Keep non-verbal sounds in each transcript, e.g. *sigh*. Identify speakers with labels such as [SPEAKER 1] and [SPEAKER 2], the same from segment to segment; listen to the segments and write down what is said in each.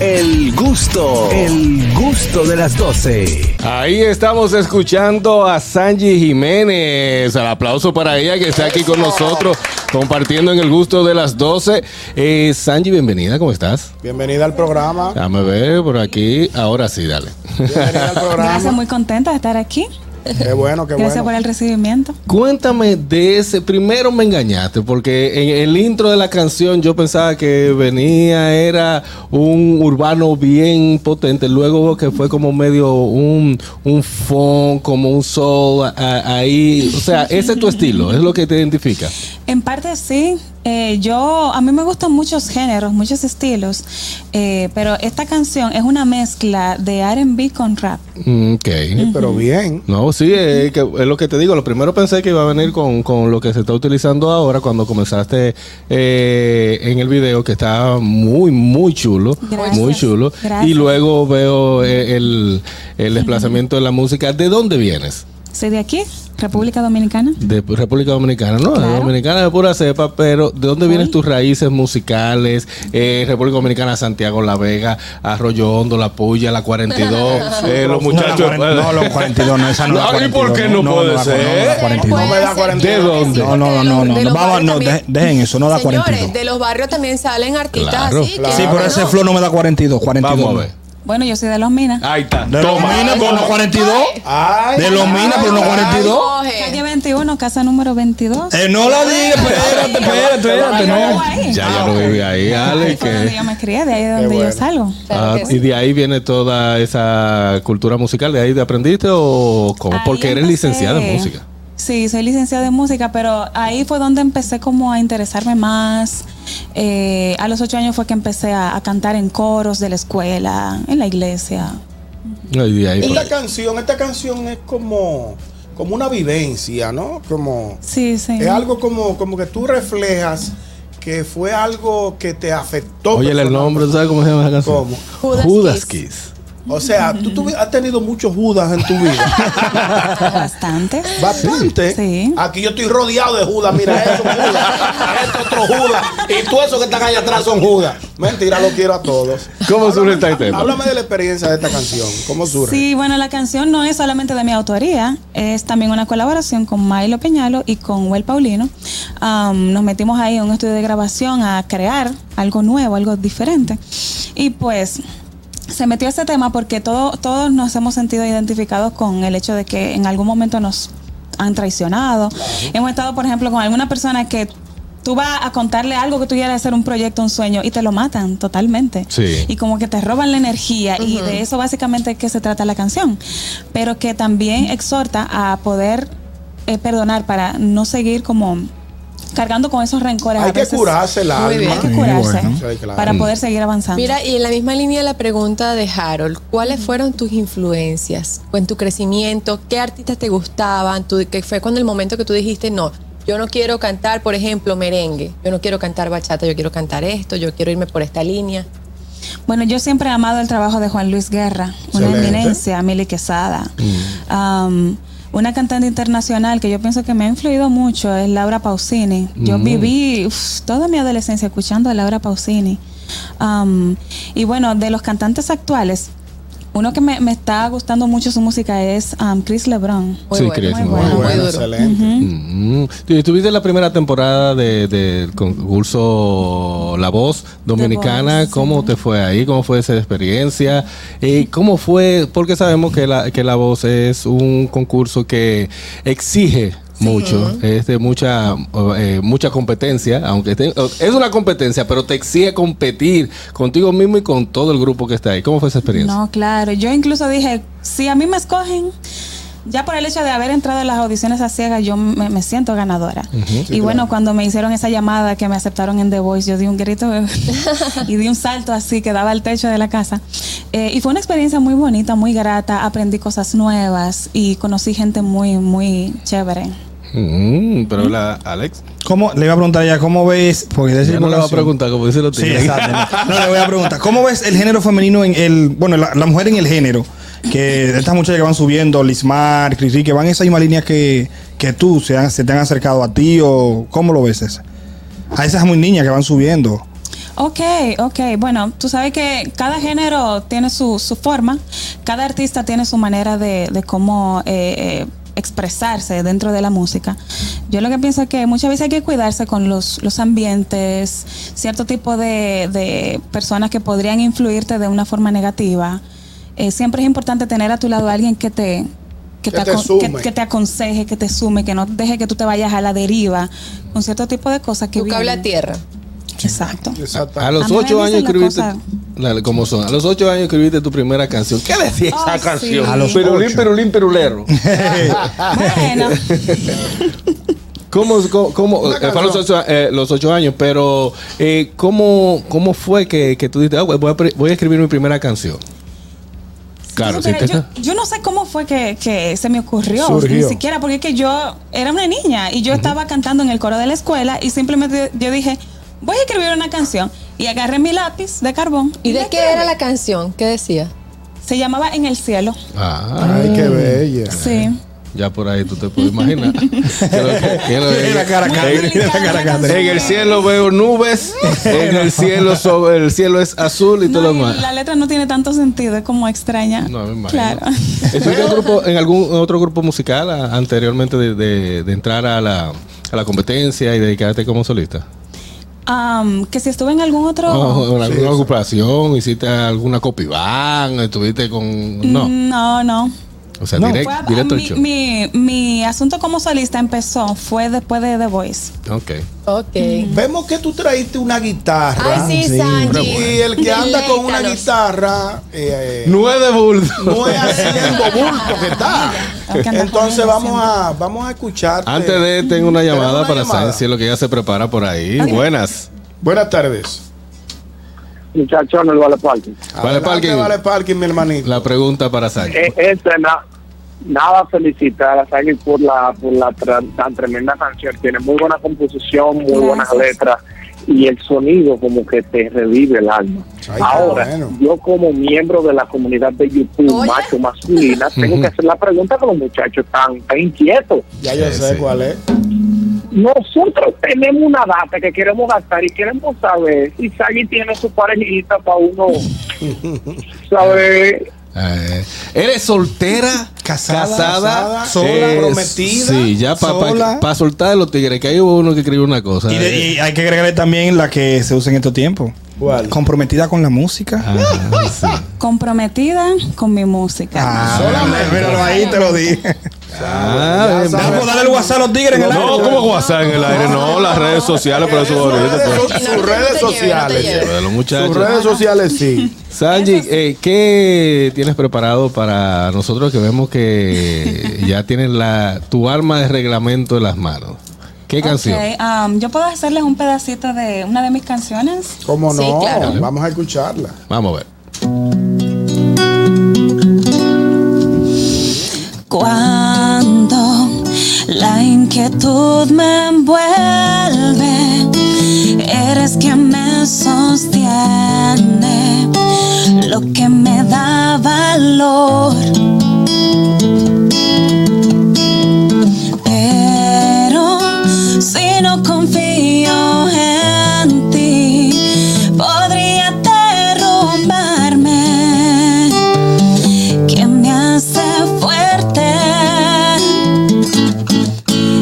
[SPEAKER 1] El gusto, el gusto de las 12.
[SPEAKER 2] Ahí estamos escuchando a Sanji Jiménez. Al aplauso para ella que está aquí con nosotros compartiendo en el gusto de las 12. Eh, Sanji, bienvenida, ¿cómo estás?
[SPEAKER 3] Bienvenida al programa.
[SPEAKER 2] Dame ver por aquí. Ahora sí, dale.
[SPEAKER 3] Bienvenida al
[SPEAKER 4] Gracias,
[SPEAKER 3] programa.
[SPEAKER 4] muy contenta de estar aquí.
[SPEAKER 3] Qué bueno, qué
[SPEAKER 4] Gracias
[SPEAKER 3] bueno.
[SPEAKER 4] por el recibimiento.
[SPEAKER 2] Cuéntame de ese. Primero me engañaste porque en el intro de la canción yo pensaba que venía, era un urbano bien potente. Luego que fue como medio un, un funk, como un soul a- ahí. O sea, ese es tu estilo, es lo que te identifica.
[SPEAKER 4] En parte sí, eh, yo a mí me gustan muchos géneros, muchos estilos, eh, pero esta canción es una mezcla de R&B con rap.
[SPEAKER 2] Mm, Ok.
[SPEAKER 3] Pero bien.
[SPEAKER 2] No, sí, es, que- es lo que te digo. Lo primero pensé que iba a venir con, con lo que se está utilizando ahora cuando comenzaste eh, en el video, que está muy, muy chulo.
[SPEAKER 4] Gracias.
[SPEAKER 2] Muy chulo.
[SPEAKER 4] Gracias.
[SPEAKER 2] Y luego veo eh, el, el desplazamiento de la música. ¿De dónde vienes?
[SPEAKER 4] Soy de aquí, República Dominicana.
[SPEAKER 2] De República Dominicana, ¿no?
[SPEAKER 4] Claro.
[SPEAKER 2] Dominicana de pura cepa, pero ¿de dónde vienen
[SPEAKER 4] Uy.
[SPEAKER 2] tus raíces musicales? Eh, República Dominicana, Santiago, La Vega, Arroyo Hondo, La Puya, La 42, *laughs* eh, los muchachos.
[SPEAKER 5] No, la cuaren- no, los 42, no, esa no. la
[SPEAKER 2] No, ¿y
[SPEAKER 5] 42,
[SPEAKER 2] por qué no puede
[SPEAKER 5] la- No, la
[SPEAKER 2] ser?
[SPEAKER 5] 42.
[SPEAKER 3] Eh, No me da
[SPEAKER 2] ¿De dónde?
[SPEAKER 5] No, no, no, no, no. Vamos, no, de- dejen eso, no da 42.
[SPEAKER 6] Señores, de los barrios también salen artistas
[SPEAKER 2] Claro.
[SPEAKER 6] así. que-
[SPEAKER 3] Claro.
[SPEAKER 5] Sí, pero ese
[SPEAKER 6] no.
[SPEAKER 5] flow no me da 42, 42.
[SPEAKER 2] Vamos a ver.
[SPEAKER 5] no.
[SPEAKER 4] Bueno, yo soy de Los Minas.
[SPEAKER 2] Ahí está.
[SPEAKER 5] De los
[SPEAKER 2] Toma.
[SPEAKER 5] minas, pero no 42.
[SPEAKER 3] Ay,
[SPEAKER 5] De los
[SPEAKER 3] ay,
[SPEAKER 5] minas, pero no
[SPEAKER 3] ay.
[SPEAKER 5] 42.
[SPEAKER 6] Ah.
[SPEAKER 4] Calle
[SPEAKER 6] Coge.
[SPEAKER 4] 21, casa número 22.
[SPEAKER 5] Eh, no la digas, espérate, espérate, espérate, no. Ah,
[SPEAKER 4] Ahí.
[SPEAKER 2] Ya, ya no vive ahí,
[SPEAKER 4] Ahí
[SPEAKER 2] Ale.
[SPEAKER 4] fue
[SPEAKER 2] *laughs*
[SPEAKER 4] donde yo
[SPEAKER 2] Que,
[SPEAKER 4] me crié, de ahí es donde
[SPEAKER 3] bueno.
[SPEAKER 4] yo salgo.
[SPEAKER 2] Ah,
[SPEAKER 6] Claro que
[SPEAKER 2] y
[SPEAKER 6] sí.
[SPEAKER 2] de ahí viene toda esa cultura musical. ¿De ahí te aprendiste o cómo?
[SPEAKER 4] Ahí
[SPEAKER 2] Porque eres
[SPEAKER 4] empecé.
[SPEAKER 2] licenciada en música.
[SPEAKER 4] Sí, soy licenciada en música, pero ahí fue donde empecé como a interesarme más. Eh, a los ocho años fue que empecé a, a cantar en coros de la escuela, en la iglesia.
[SPEAKER 2] No, Y de ahí fue.
[SPEAKER 3] Esta canción, esta canción es como, como una vivencia, ¿no? Como
[SPEAKER 4] Sí, sí.
[SPEAKER 3] es algo como, como que tú reflejas que fue algo que te afectó.
[SPEAKER 2] Oye, el
[SPEAKER 3] personalmente.
[SPEAKER 2] nombre, ¿tú ¿sabes cómo se llama esa canción?
[SPEAKER 3] ¿Cómo?
[SPEAKER 6] Judas
[SPEAKER 2] Judas
[SPEAKER 6] Kiss.
[SPEAKER 2] Kiss.
[SPEAKER 3] O sea, tú, tuvi- has tenido muchos Judas en tu
[SPEAKER 2] *laughs*
[SPEAKER 3] vida.
[SPEAKER 4] *laughs* Bastante.
[SPEAKER 3] Bastante.
[SPEAKER 4] Sí.
[SPEAKER 3] Aquí yo estoy rodeado de Judas. Mira, eso es un Judas. Esto otro Judas. Y tú esos que están allá atrás son Judas. Mentira, lo quiero a todos.
[SPEAKER 2] ¿Cómo surge
[SPEAKER 3] Háblame-
[SPEAKER 2] este tema?
[SPEAKER 3] Háblame de la experiencia de esta canción. ¿Cómo surge?
[SPEAKER 4] Sí, bueno, la canción no es solamente de mi autoría, es también una colaboración con Milo Peñalo y con Well Paulino. Am, nos metimos ahí en un estudio de grabación a crear algo nuevo, algo diferente. Y pues se metió ese tema porque todo- todos nos hemos sentido identificados con el hecho de que en algún momento nos han traicionado. Hemos estado, por ejemplo, con alguna persona que... Tú vas a contarle algo que tú quieres hacer, un proyecto, un sueño, y te lo matan totalmente
[SPEAKER 2] Sí.
[SPEAKER 4] y como que te roban la energía y de eso básicamente es que se trata la canción, pero que también exhorta a poder eh, perdonar para no seguir como cargando con esos rencores.
[SPEAKER 3] Hay
[SPEAKER 4] A
[SPEAKER 3] que
[SPEAKER 4] veces
[SPEAKER 3] curarse el
[SPEAKER 6] Muy bien.
[SPEAKER 3] alma.
[SPEAKER 4] Hay que
[SPEAKER 5] Sí,
[SPEAKER 4] curarse
[SPEAKER 5] bueno.
[SPEAKER 3] Sí, claro.
[SPEAKER 4] para poder seguir avanzando.
[SPEAKER 6] Mira, y en la misma línea de la pregunta de Harold, ¿cuáles fueron tus influencias o en tu crecimiento? ¿Qué artistas te gustaban? ¿Tú, ¿Qué fue cuando el momento que tú dijiste, no, yo no quiero cantar, por ejemplo, merengue, yo no quiero cantar bachata, yo quiero cantar esto, yo quiero irme por esta línea?
[SPEAKER 4] Bueno, yo siempre he amado el trabajo de Juan Luis Guerra, una
[SPEAKER 3] Excelente.
[SPEAKER 4] eminencia, Mili Quesada. Am, una cantante internacional que yo pienso que me ha influido mucho es Laura Pausini. Yo viví uf, toda mi adolescencia escuchando a Laura Pausini. Am, y bueno, de los cantantes actuales, uno que me, me está gustando mucho su música es am, Chris LeBron.
[SPEAKER 6] Muy
[SPEAKER 2] Sí,
[SPEAKER 6] bueno,
[SPEAKER 2] Chris,
[SPEAKER 6] muy
[SPEAKER 2] muy
[SPEAKER 6] bueno,
[SPEAKER 3] Muy
[SPEAKER 6] muy
[SPEAKER 3] bueno,
[SPEAKER 6] duro.
[SPEAKER 3] excelente.
[SPEAKER 2] Mm. ¿Tú tuviste la primera temporada de- del concurso La Voz Dominicana?
[SPEAKER 4] Voz, sí.
[SPEAKER 2] ¿Cómo te fue ahí? ¿Cómo fue esa experiencia? Eh, ¿Cómo fue? Porque sabemos que la, que la Voz es un concurso que exige mucho, es de mucha, eh, mucha competencia, aunque te- es una competencia, pero te exige competir contigo mismo y con todo el grupo que está ahí. ¿Cómo fue esa experiencia?
[SPEAKER 4] No, claro. Yo incluso dije, si a mí me escogen, ya por el hecho de haber entrado en las audiciones a ciegas, yo me, me siento ganadora. y bueno, cuando me hicieron esa llamada que me aceptaron en The Voice, yo di un grito *laughs* y di un salto así que daba al techo de la casa. Eh, y fue una experiencia muy bonita, muy grata. Aprendí cosas nuevas y conocí gente muy, muy chévere.
[SPEAKER 2] Mm, pero la Alex,
[SPEAKER 5] ¿Cómo? Le iba a preguntar ya, ¿cómo ves? Porque de
[SPEAKER 2] ya no le va a
[SPEAKER 5] circulación-
[SPEAKER 2] preguntar como dice lo
[SPEAKER 5] Sí, exacto. No, le voy a preguntar. ¿Cómo ves el género femenino en el. Bueno, la, la mujer en el género? Que estas muchachas que van subiendo, Lismar, Crisi, que van en esa misma línea que, que tú, se, han- se te han acercado a ti o. ¿Cómo lo ves ese? A esas muy niñas que van subiendo.
[SPEAKER 4] Ok, ok. Bueno, tú sabes que cada género tiene su, su forma, cada artista tiene su manera de, de cómo eh, eh, expresarse dentro de la música. Yo lo que pienso es que muchas veces hay que cuidarse con los, los ambientes, cierto tipo de, de personas que podrían influirte de una forma negativa. Eh, siempre es importante tener a tu lado a alguien que te, que,
[SPEAKER 3] Que
[SPEAKER 4] te
[SPEAKER 3] te
[SPEAKER 4] acon-
[SPEAKER 3] sume.
[SPEAKER 4] que- que te aconseje, que te sume, que no deje que tú te vayas a la deriva, con cierto tipo de cosas que
[SPEAKER 6] Tu cable a
[SPEAKER 4] vienen.
[SPEAKER 6] tierra.
[SPEAKER 4] Exacto.
[SPEAKER 2] A
[SPEAKER 3] Exactamente.
[SPEAKER 2] los
[SPEAKER 4] A mí me
[SPEAKER 2] ocho años
[SPEAKER 4] dicen la
[SPEAKER 2] escribiste.
[SPEAKER 4] cosa-
[SPEAKER 2] la- como son. A los ocho años escribiste tu primera canción. ¿Qué decía
[SPEAKER 4] Ay,
[SPEAKER 2] esa
[SPEAKER 4] sí.
[SPEAKER 2] canción?
[SPEAKER 4] A los
[SPEAKER 2] perulín,
[SPEAKER 5] ocho.
[SPEAKER 2] perulín, perulero.
[SPEAKER 4] Bueno,
[SPEAKER 2] ¿Cómo, cómo, cómo-
[SPEAKER 3] Una
[SPEAKER 2] eh, fue a los
[SPEAKER 3] canción.
[SPEAKER 2] ocho, eh, los ocho años, pero eh, ¿cómo, ¿cómo fue que, que tú dijiste, "Ah, voy, a, pre- voy a escribir mi primera canción? *laughs* Claro,
[SPEAKER 4] Pero
[SPEAKER 2] sí,
[SPEAKER 4] yo, yo no sé cómo fue que, que se me ocurrió,
[SPEAKER 5] Surgió.
[SPEAKER 4] ni siquiera, porque es que yo era una niña y yo estaba cantando en el coro de la escuela y simplemente yo dije, voy a escribir una canción. Y agarré mi lápiz de carbón.
[SPEAKER 6] ¿Y
[SPEAKER 4] la
[SPEAKER 6] de qué
[SPEAKER 4] escribí.
[SPEAKER 6] era la canción? ¿Qué decía?
[SPEAKER 4] Se llamaba En el cielo.
[SPEAKER 2] Ah,
[SPEAKER 3] Ay, qué bella.
[SPEAKER 4] Sí.
[SPEAKER 2] ya por ahí tú te puedes
[SPEAKER 4] *laughs*
[SPEAKER 2] imaginar. Creo que- creo que-
[SPEAKER 5] Mira la cara,
[SPEAKER 4] Muy
[SPEAKER 5] Catherine, mira
[SPEAKER 4] delicada
[SPEAKER 5] la cara,
[SPEAKER 4] la
[SPEAKER 5] Catherine.
[SPEAKER 4] canción.
[SPEAKER 2] En el cielo veo nubes, en el cielo sobre, el cielo es azul y
[SPEAKER 4] No,
[SPEAKER 2] todo lo
[SPEAKER 4] y
[SPEAKER 2] demás.
[SPEAKER 4] la letra no tiene tanto sentido, es como extraña.
[SPEAKER 2] No, me imagino.
[SPEAKER 4] Claro. *laughs*
[SPEAKER 2] ¿Estuviste en, grupo- en algún otro grupo musical a- anteriormente de, de- de entrar a la, a la competencia y dedicarte como solista?
[SPEAKER 4] Am, que si estuve en algún otro...
[SPEAKER 2] ¿O- o ¿Alguna ocupación? ¿Hiciste alguna copiván? ¿Estuviste con...? No.
[SPEAKER 4] No, no.
[SPEAKER 2] O sea,
[SPEAKER 5] No.
[SPEAKER 2] direct-
[SPEAKER 4] Fue a-
[SPEAKER 2] directo al
[SPEAKER 4] Mm, mi,
[SPEAKER 2] show.
[SPEAKER 4] mi, mi asunto como solista empezó, fue después de The Voice.
[SPEAKER 2] Ok.
[SPEAKER 6] Ok.
[SPEAKER 3] Vemos que tú traíste una
[SPEAKER 6] Ay,
[SPEAKER 3] guitarra.
[SPEAKER 6] sí,
[SPEAKER 5] sí.
[SPEAKER 6] Sanji.
[SPEAKER 3] Y el que anda con una
[SPEAKER 6] Deleítanos.
[SPEAKER 3] guitarra eh, eh,
[SPEAKER 2] Nueve
[SPEAKER 3] no
[SPEAKER 2] bultos.
[SPEAKER 3] es haciendo bulto que está.
[SPEAKER 4] Hay que andar
[SPEAKER 3] Entonces
[SPEAKER 4] corriendo
[SPEAKER 3] vamos
[SPEAKER 4] haciendo.
[SPEAKER 3] a, vamos a escuchar.
[SPEAKER 2] Antes de, tengo una
[SPEAKER 3] Tenemos
[SPEAKER 2] llamada
[SPEAKER 3] una
[SPEAKER 2] para
[SPEAKER 3] llamada.
[SPEAKER 2] Sánchez, lo que ya se prepara por ahí. Buenas.
[SPEAKER 3] Buenas tardes.
[SPEAKER 7] muchachón el vale parque.
[SPEAKER 3] Eh,
[SPEAKER 2] Vale,
[SPEAKER 3] Adelante,
[SPEAKER 2] Parkin.
[SPEAKER 3] Vale Parkin, mi hermanito.
[SPEAKER 2] La pregunta para Sánchez.
[SPEAKER 7] Eh, esa na- nada felicitar a Sagi por la por la tra- tan tremenda canción. Tiene muy buena composición, muy buenas
[SPEAKER 4] Gracias.
[SPEAKER 7] letras y el sonido como que te revive el alma.
[SPEAKER 3] Ay, qué
[SPEAKER 7] Ahora,
[SPEAKER 3] bueno.
[SPEAKER 7] yo como miembro de la comunidad de YouTube
[SPEAKER 6] Oye.
[SPEAKER 7] macho masculina, tengo que hacer la pregunta que los muchachos están tan inquietos.
[SPEAKER 3] Ya yo
[SPEAKER 2] Sí,
[SPEAKER 3] sé
[SPEAKER 2] sí.
[SPEAKER 3] cuál es.
[SPEAKER 7] Nosotros tenemos una data que queremos gastar y queremos saber si Sagi tiene su parejita para
[SPEAKER 3] *laughs*
[SPEAKER 7] uno saber
[SPEAKER 2] Eh, ¿Eres soltera? Eh,
[SPEAKER 5] Casada,
[SPEAKER 3] casada, sola, prometida,
[SPEAKER 2] Sí, ya para
[SPEAKER 5] sola.
[SPEAKER 2] soltar de los tigres, que ahí hubo uno que escribió una cosa.
[SPEAKER 5] Y, de-
[SPEAKER 2] eh.
[SPEAKER 5] y hay que agregarle también la que se usa en estos tiempos.
[SPEAKER 3] ¿Cuál?
[SPEAKER 5] Comprometida con la música.
[SPEAKER 2] Ah, sí.
[SPEAKER 4] Comprometida con mi música.
[SPEAKER 5] Ah,
[SPEAKER 3] solamente.
[SPEAKER 5] míralo ahí, te lo dije.
[SPEAKER 2] Ah,
[SPEAKER 3] Ya
[SPEAKER 2] bien.
[SPEAKER 3] sabes.
[SPEAKER 5] Vamos a darle el WhatsApp a los tigres en el
[SPEAKER 2] No,
[SPEAKER 5] aire.
[SPEAKER 2] como WhatsApp en el aire, no, las redes sociales, pero eso es ahorita,
[SPEAKER 3] Sus-
[SPEAKER 2] pues.
[SPEAKER 6] pues.
[SPEAKER 3] Sus redes
[SPEAKER 6] No te lleves, no te
[SPEAKER 3] sociales.
[SPEAKER 6] lleves.
[SPEAKER 2] Pero los
[SPEAKER 3] Sus
[SPEAKER 2] muchachos.
[SPEAKER 3] redes sociales
[SPEAKER 4] *laughs*
[SPEAKER 3] sí.
[SPEAKER 2] Sanji, eh, ¿qué tienes preparado para nosotros que vemos que ya tienes la, tu arma de reglamento en las manos? ¿Qué canción?
[SPEAKER 4] Ok, am, yo puedo hacerles un pedacito de una de mis canciones.
[SPEAKER 3] ¿Cómo
[SPEAKER 6] Sí,
[SPEAKER 3] no?
[SPEAKER 6] claro.
[SPEAKER 3] Vamos a escucharla.
[SPEAKER 2] Vamos a ver.
[SPEAKER 4] Cuando la inquietud me envuelve, eres quien me sostiene, lo que me da valor. Pero si no confío en ti, podría derrumbarme que me hace fuerte.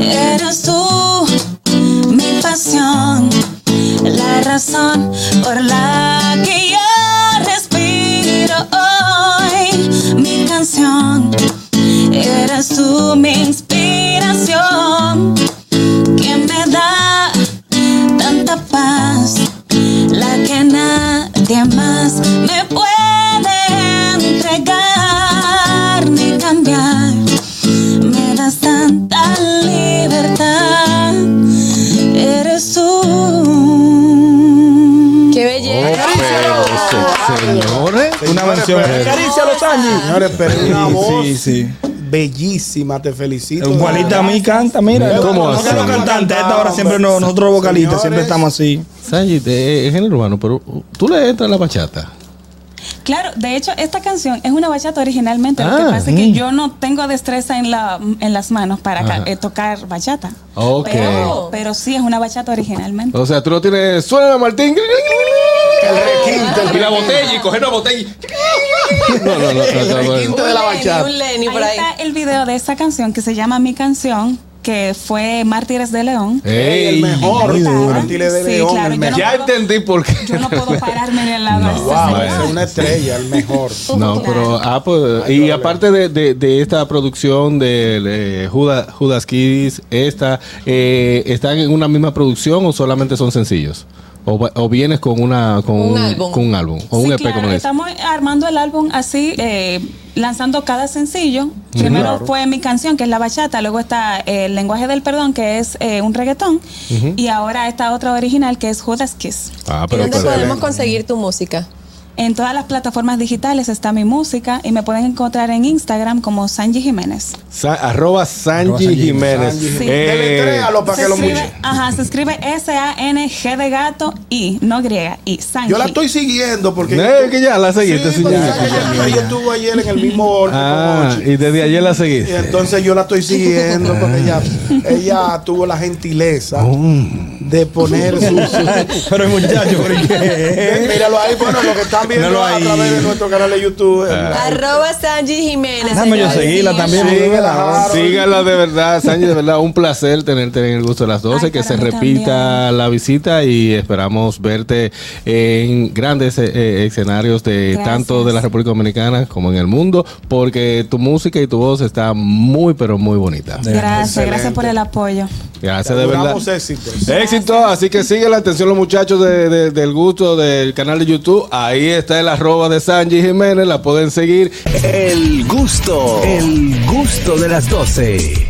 [SPEAKER 4] Eres tú mi pasión, la razón por la que yo respiro hoy. Mi canción, eres tú mi inspiración, que me da tanta paz la que nadie más me puede entregar ni cambiar. Me das tanta libertad, eres tú.
[SPEAKER 6] ¡Qué belleza!
[SPEAKER 3] Oh,
[SPEAKER 2] señores.
[SPEAKER 5] Una mención.
[SPEAKER 3] Carícialo, Sanji. Señores, pero una voz
[SPEAKER 5] Sí, sí.
[SPEAKER 3] bellísima. Te felicito.
[SPEAKER 5] Igualita a mí canta, mira.
[SPEAKER 2] ¿Cómo
[SPEAKER 5] Nosotros
[SPEAKER 2] así?
[SPEAKER 5] los cantantes, a esta hora siempre no- nosotros los vocalistas, siempre
[SPEAKER 3] Señores.
[SPEAKER 5] estamos así.
[SPEAKER 2] Sanji, de- es género urbano, pero uh, tú le entras a la bachata.
[SPEAKER 4] Claro, de hecho, esta canción es una bachata originalmente. lo que
[SPEAKER 2] Ah,
[SPEAKER 4] pasa es que
[SPEAKER 5] mm.
[SPEAKER 4] yo no tengo destreza en, la, en las manos para ca-
[SPEAKER 2] Ajá.
[SPEAKER 4] eh, tocar bachata.
[SPEAKER 2] Ok.
[SPEAKER 4] Pero, pero sí es una bachata originalmente.
[SPEAKER 2] O sea, tú no tienes. Suena Martín.
[SPEAKER 3] El requinte, el
[SPEAKER 2] Y la
[SPEAKER 3] requinte.
[SPEAKER 2] botella, y coger una botella. y- Ah, No, no, no, no, no, no.
[SPEAKER 3] Requinte de la
[SPEAKER 6] Un Lenny,
[SPEAKER 3] bachata.
[SPEAKER 6] Un Lenny por
[SPEAKER 4] Ahí
[SPEAKER 6] ahí.
[SPEAKER 4] está el video de esa canción que se llama Mi Canción, que fue Mártires de León.
[SPEAKER 2] Ey,
[SPEAKER 3] el mejor.
[SPEAKER 2] muy duro.
[SPEAKER 3] Mártires de
[SPEAKER 4] Sí,
[SPEAKER 3] León,
[SPEAKER 4] claro,
[SPEAKER 3] el
[SPEAKER 4] yo no
[SPEAKER 3] mejor.
[SPEAKER 2] Ya
[SPEAKER 4] puedo-
[SPEAKER 2] entendí por qué.
[SPEAKER 4] Yo
[SPEAKER 2] *laughs*
[SPEAKER 4] no puedo pararme en el lado de ese
[SPEAKER 3] Wow,
[SPEAKER 4] señor.
[SPEAKER 3] esa es una estrella, el mejor.
[SPEAKER 2] No, pero ah, pues,
[SPEAKER 3] Ay,
[SPEAKER 2] y
[SPEAKER 3] vale.
[SPEAKER 2] aparte de, de- de esta producción de, eh, Judas, Judas Kids, esta, eh, ¿están en una misma producción o solamente son sencillos? ¿O, va- o vienes con una con
[SPEAKER 6] Un álbum.
[SPEAKER 2] con un álbum o
[SPEAKER 4] Sí,
[SPEAKER 2] un EP
[SPEAKER 4] claro,
[SPEAKER 2] como le dicen?
[SPEAKER 4] Estamos armando el álbum así, eh, lanzando cada sencillo. Primero fue mi canción, que es la bachata, luego está eh, El lenguaje del perdón, que es eh, un reggaetón, y ahora está otra original, que es Judas Kiss.
[SPEAKER 2] Ah,
[SPEAKER 6] ¿Y
[SPEAKER 2] pero,
[SPEAKER 6] dónde
[SPEAKER 2] pero-
[SPEAKER 6] podemos conseguir tu música?
[SPEAKER 4] En todas las plataformas digitales está mi música y me pueden encontrar en Instagram como Sanji Jiménez.
[SPEAKER 2] Sa- arroba Sanji
[SPEAKER 5] Sanji
[SPEAKER 2] Jiménez.
[SPEAKER 3] Sanji
[SPEAKER 4] Sí.
[SPEAKER 2] Eh,
[SPEAKER 3] Deletréalo para que lo
[SPEAKER 4] escribe,
[SPEAKER 3] muche.
[SPEAKER 4] ajá, se escribe S-A-N-G de gato y, no griega, y Sanji.
[SPEAKER 3] Yo la estoy siguiendo porque.
[SPEAKER 2] eh, que ya la seguiste.
[SPEAKER 3] Sí, pues,
[SPEAKER 2] sí,
[SPEAKER 3] porque
[SPEAKER 2] ya.
[SPEAKER 3] sabes que ella- ella estuvo ayer en el mismo orden.
[SPEAKER 2] Ah, y desde ayer la
[SPEAKER 3] Y
[SPEAKER 2] seguiste.
[SPEAKER 3] entonces yo la estoy siguiendo porque ella, ella tuvo la gentileza de poner sus.
[SPEAKER 5] *laughs*
[SPEAKER 3] sus-
[SPEAKER 5] Pero muchacho, ¿por qué?
[SPEAKER 3] Míralo ahí, bueno, lo que están viendo
[SPEAKER 5] Míralo
[SPEAKER 3] a
[SPEAKER 5] ahí.
[SPEAKER 3] través de nuestro canal de YouTube.
[SPEAKER 6] Arroba Sanji Jiménez.
[SPEAKER 5] Déjame Ah, yo
[SPEAKER 6] señores.
[SPEAKER 5] seguirla también.
[SPEAKER 3] Sí,
[SPEAKER 5] porque-
[SPEAKER 3] claro.
[SPEAKER 2] Sígala de verdad, Sánchez, de verdad, un placer tenerte en el gusto de las 12,
[SPEAKER 4] Ay,
[SPEAKER 2] que
[SPEAKER 4] para
[SPEAKER 2] se
[SPEAKER 4] mí
[SPEAKER 2] repita la visita y esperamos verte en grandes eh, eh, escenarios de
[SPEAKER 4] Gracias.
[SPEAKER 2] tanto de la República Dominicana como en el mundo, porque tu música y tu voz está muy, pero muy bonita.
[SPEAKER 4] Gracias,
[SPEAKER 3] Excelente.
[SPEAKER 4] gracias por el apoyo.
[SPEAKER 2] Gracias de verdad.
[SPEAKER 3] Duramos éxitos.
[SPEAKER 2] Éxito, así que sigue la atención los muchachos de- de- del gusto del canal de YouTube. Ahí está el arroba de Sanji Jiménez, la pueden seguir.
[SPEAKER 1] El gusto, el gusto de las 12.